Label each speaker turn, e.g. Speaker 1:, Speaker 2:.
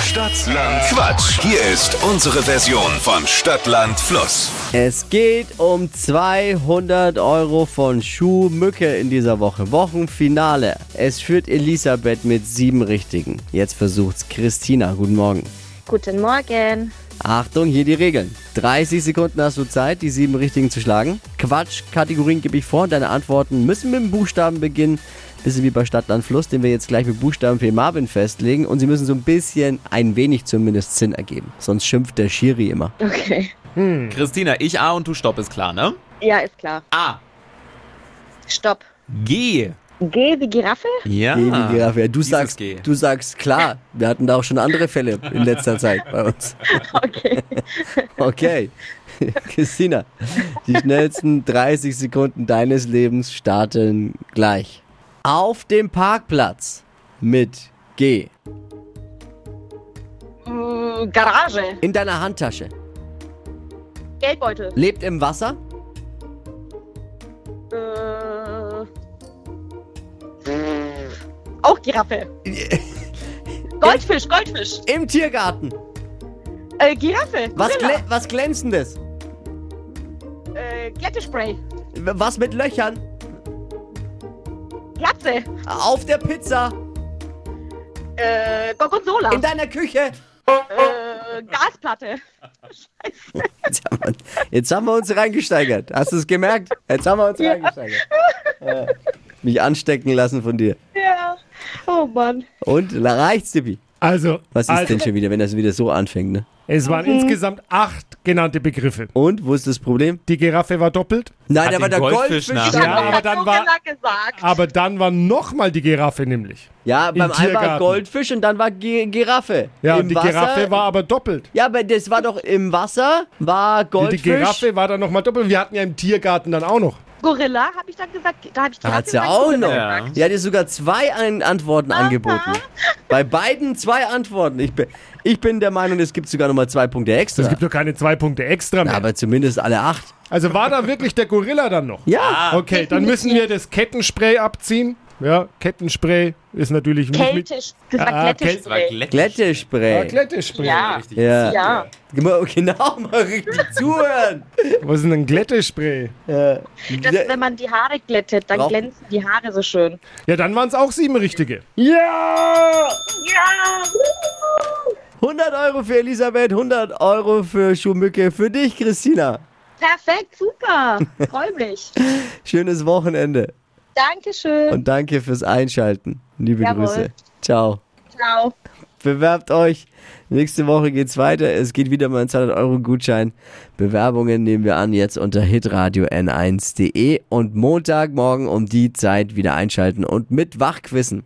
Speaker 1: Stadtland Quatsch. Hier ist unsere Version von Stadtland Fluss.
Speaker 2: Es geht um 200 Euro von Schuhmücke in dieser Woche. Wochenfinale. Es führt Elisabeth mit sieben Richtigen. Jetzt versucht's Christina. Guten Morgen.
Speaker 3: Guten Morgen.
Speaker 2: Achtung, hier die Regeln. 30 Sekunden hast du Zeit, die sieben Richtigen zu schlagen. Quatsch-Kategorien gebe ich vor. Deine Antworten müssen mit dem Buchstaben beginnen. Bisschen wie bei Stadtland Fluss, den wir jetzt gleich mit Buchstaben für Marvin festlegen. Und sie müssen so ein bisschen, ein wenig zumindest, Sinn ergeben. Sonst schimpft der Schiri immer.
Speaker 3: Okay.
Speaker 4: Christina, ich A und du Stopp ist klar, ne?
Speaker 3: Ja, ist klar.
Speaker 4: A.
Speaker 3: Stopp.
Speaker 4: G.
Speaker 3: G wie Giraffe?
Speaker 4: Ja.
Speaker 2: G wie Giraffe. Ja, Du
Speaker 4: Dieses
Speaker 2: sagst,
Speaker 4: G.
Speaker 2: du sagst klar. Wir hatten da auch schon andere Fälle in letzter Zeit bei uns.
Speaker 3: Okay.
Speaker 2: Okay. Christina, die schnellsten 30 Sekunden deines Lebens starten gleich. Auf dem Parkplatz mit G.
Speaker 3: Mm, Garage.
Speaker 2: In deiner Handtasche.
Speaker 3: Geldbeutel.
Speaker 2: Lebt im Wasser.
Speaker 3: Äh, auch Giraffe. Goldfisch, Goldfisch.
Speaker 2: Im Tiergarten.
Speaker 3: Äh, Giraffe.
Speaker 2: Was,
Speaker 3: Gorilla.
Speaker 2: glä was glänzendes.
Speaker 3: äh, Glättespray.
Speaker 2: Was mit Löchern.
Speaker 3: Glatze.
Speaker 2: Auf der Pizza.
Speaker 3: Äh, Gorgonzola.
Speaker 2: In deiner Küche.
Speaker 3: Äh, Gasplatte.
Speaker 2: Jetzt haben wir, jetzt haben wir uns reingesteigert. Hast du es gemerkt? Jetzt haben wir uns reingesteigert. Ja. Mich anstecken lassen von dir.
Speaker 3: Ja. Oh Mann.
Speaker 2: Und reicht's, Tippi?
Speaker 5: Also,
Speaker 2: Was ist
Speaker 5: also
Speaker 2: denn schon wieder, wenn das wieder so anfängt, ne?
Speaker 5: es waren insgesamt acht genannte Begriffe.
Speaker 2: Und, wo ist das Problem?
Speaker 5: Die Giraffe war doppelt,
Speaker 2: Nein,
Speaker 4: Hat
Speaker 2: da war der
Speaker 4: den Goldfisch
Speaker 2: Goldfisch.
Speaker 4: nachher.
Speaker 2: da.
Speaker 5: Ja, aber
Speaker 3: Hat
Speaker 5: dann
Speaker 3: Gorilla
Speaker 5: war-
Speaker 3: gesagt.
Speaker 5: aber dann war nochmal die Giraffe nämlich.
Speaker 2: Ja, beim einen war
Speaker 5: Tiergarten.
Speaker 2: Goldfisch und dann war Gi- Giraffe.
Speaker 5: Ja,
Speaker 2: Im
Speaker 5: und die
Speaker 2: Wasser,
Speaker 5: Giraffe war aber doppelt.
Speaker 2: Ja, aber das war doch im Wasser, war
Speaker 5: Die
Speaker 2: Goldfisch.
Speaker 5: Giraffe war dann nochmal doppelt. Wir hatten ja im Tiergarten dann auch noch.
Speaker 3: Gorilla, habe ich dann gesagt. Da habe ich
Speaker 2: Da
Speaker 3: Giraffe
Speaker 2: hat's ja
Speaker 3: gesagt,
Speaker 2: auch
Speaker 3: Gorilla
Speaker 2: noch.
Speaker 4: Ja.
Speaker 2: Die hat dir sogar zwei An Antworten angeboten. Bei beiden zwei Antworten. Ich bin, ich bin der Meinung, es gibt sogar nochmal zwei Punkte extra.
Speaker 5: Es gibt doch keine zwei Punkte extra mehr.
Speaker 2: aber zumindest alle acht.
Speaker 5: Also war da wirklich der Gorilla dann noch?
Speaker 2: Ja.
Speaker 5: Okay, dann müssen wir das Kettenspray abziehen. Ja, Kettenspray ist natürlich nicht mit.
Speaker 3: Keltisch. Das war
Speaker 5: Ah,
Speaker 3: Glättisch.
Speaker 4: Das war glätt.
Speaker 5: Ah,
Speaker 2: Glättespray.
Speaker 5: Glättespray.
Speaker 3: Ja.
Speaker 4: Richtig.
Speaker 2: ja.
Speaker 3: Ja.
Speaker 2: Genau, genau, mal richtig zuhören.
Speaker 5: Was ist denn ein Glättespray?
Speaker 3: Das, wenn man die Haare glättet, dann
Speaker 2: Braucht-
Speaker 3: glänzen die Haare so schön.
Speaker 5: Ja, dann waren es auch sieben richtige.
Speaker 2: Ja!
Speaker 3: Ja!
Speaker 2: 100 Euro für Elisabeth, 100 Euro für Schuhmücke, für dich, Christina.
Speaker 3: Perfekt, super. Freue mich.
Speaker 2: Schönes Wochenende
Speaker 3: Dankeschön.
Speaker 2: und danke fürs Einschalten. Liebe
Speaker 3: Jawohl.
Speaker 2: Grüße. Ciao.
Speaker 3: Ciao.
Speaker 2: Bewerbt euch. Nächste Woche geht's weiter. Es geht wieder mal ein 200 Euro Gutschein. Bewerbungen nehmen wir an jetzt unter hitradio n1.de und Montagmorgen um die Zeit wieder einschalten und mit Wachquissen.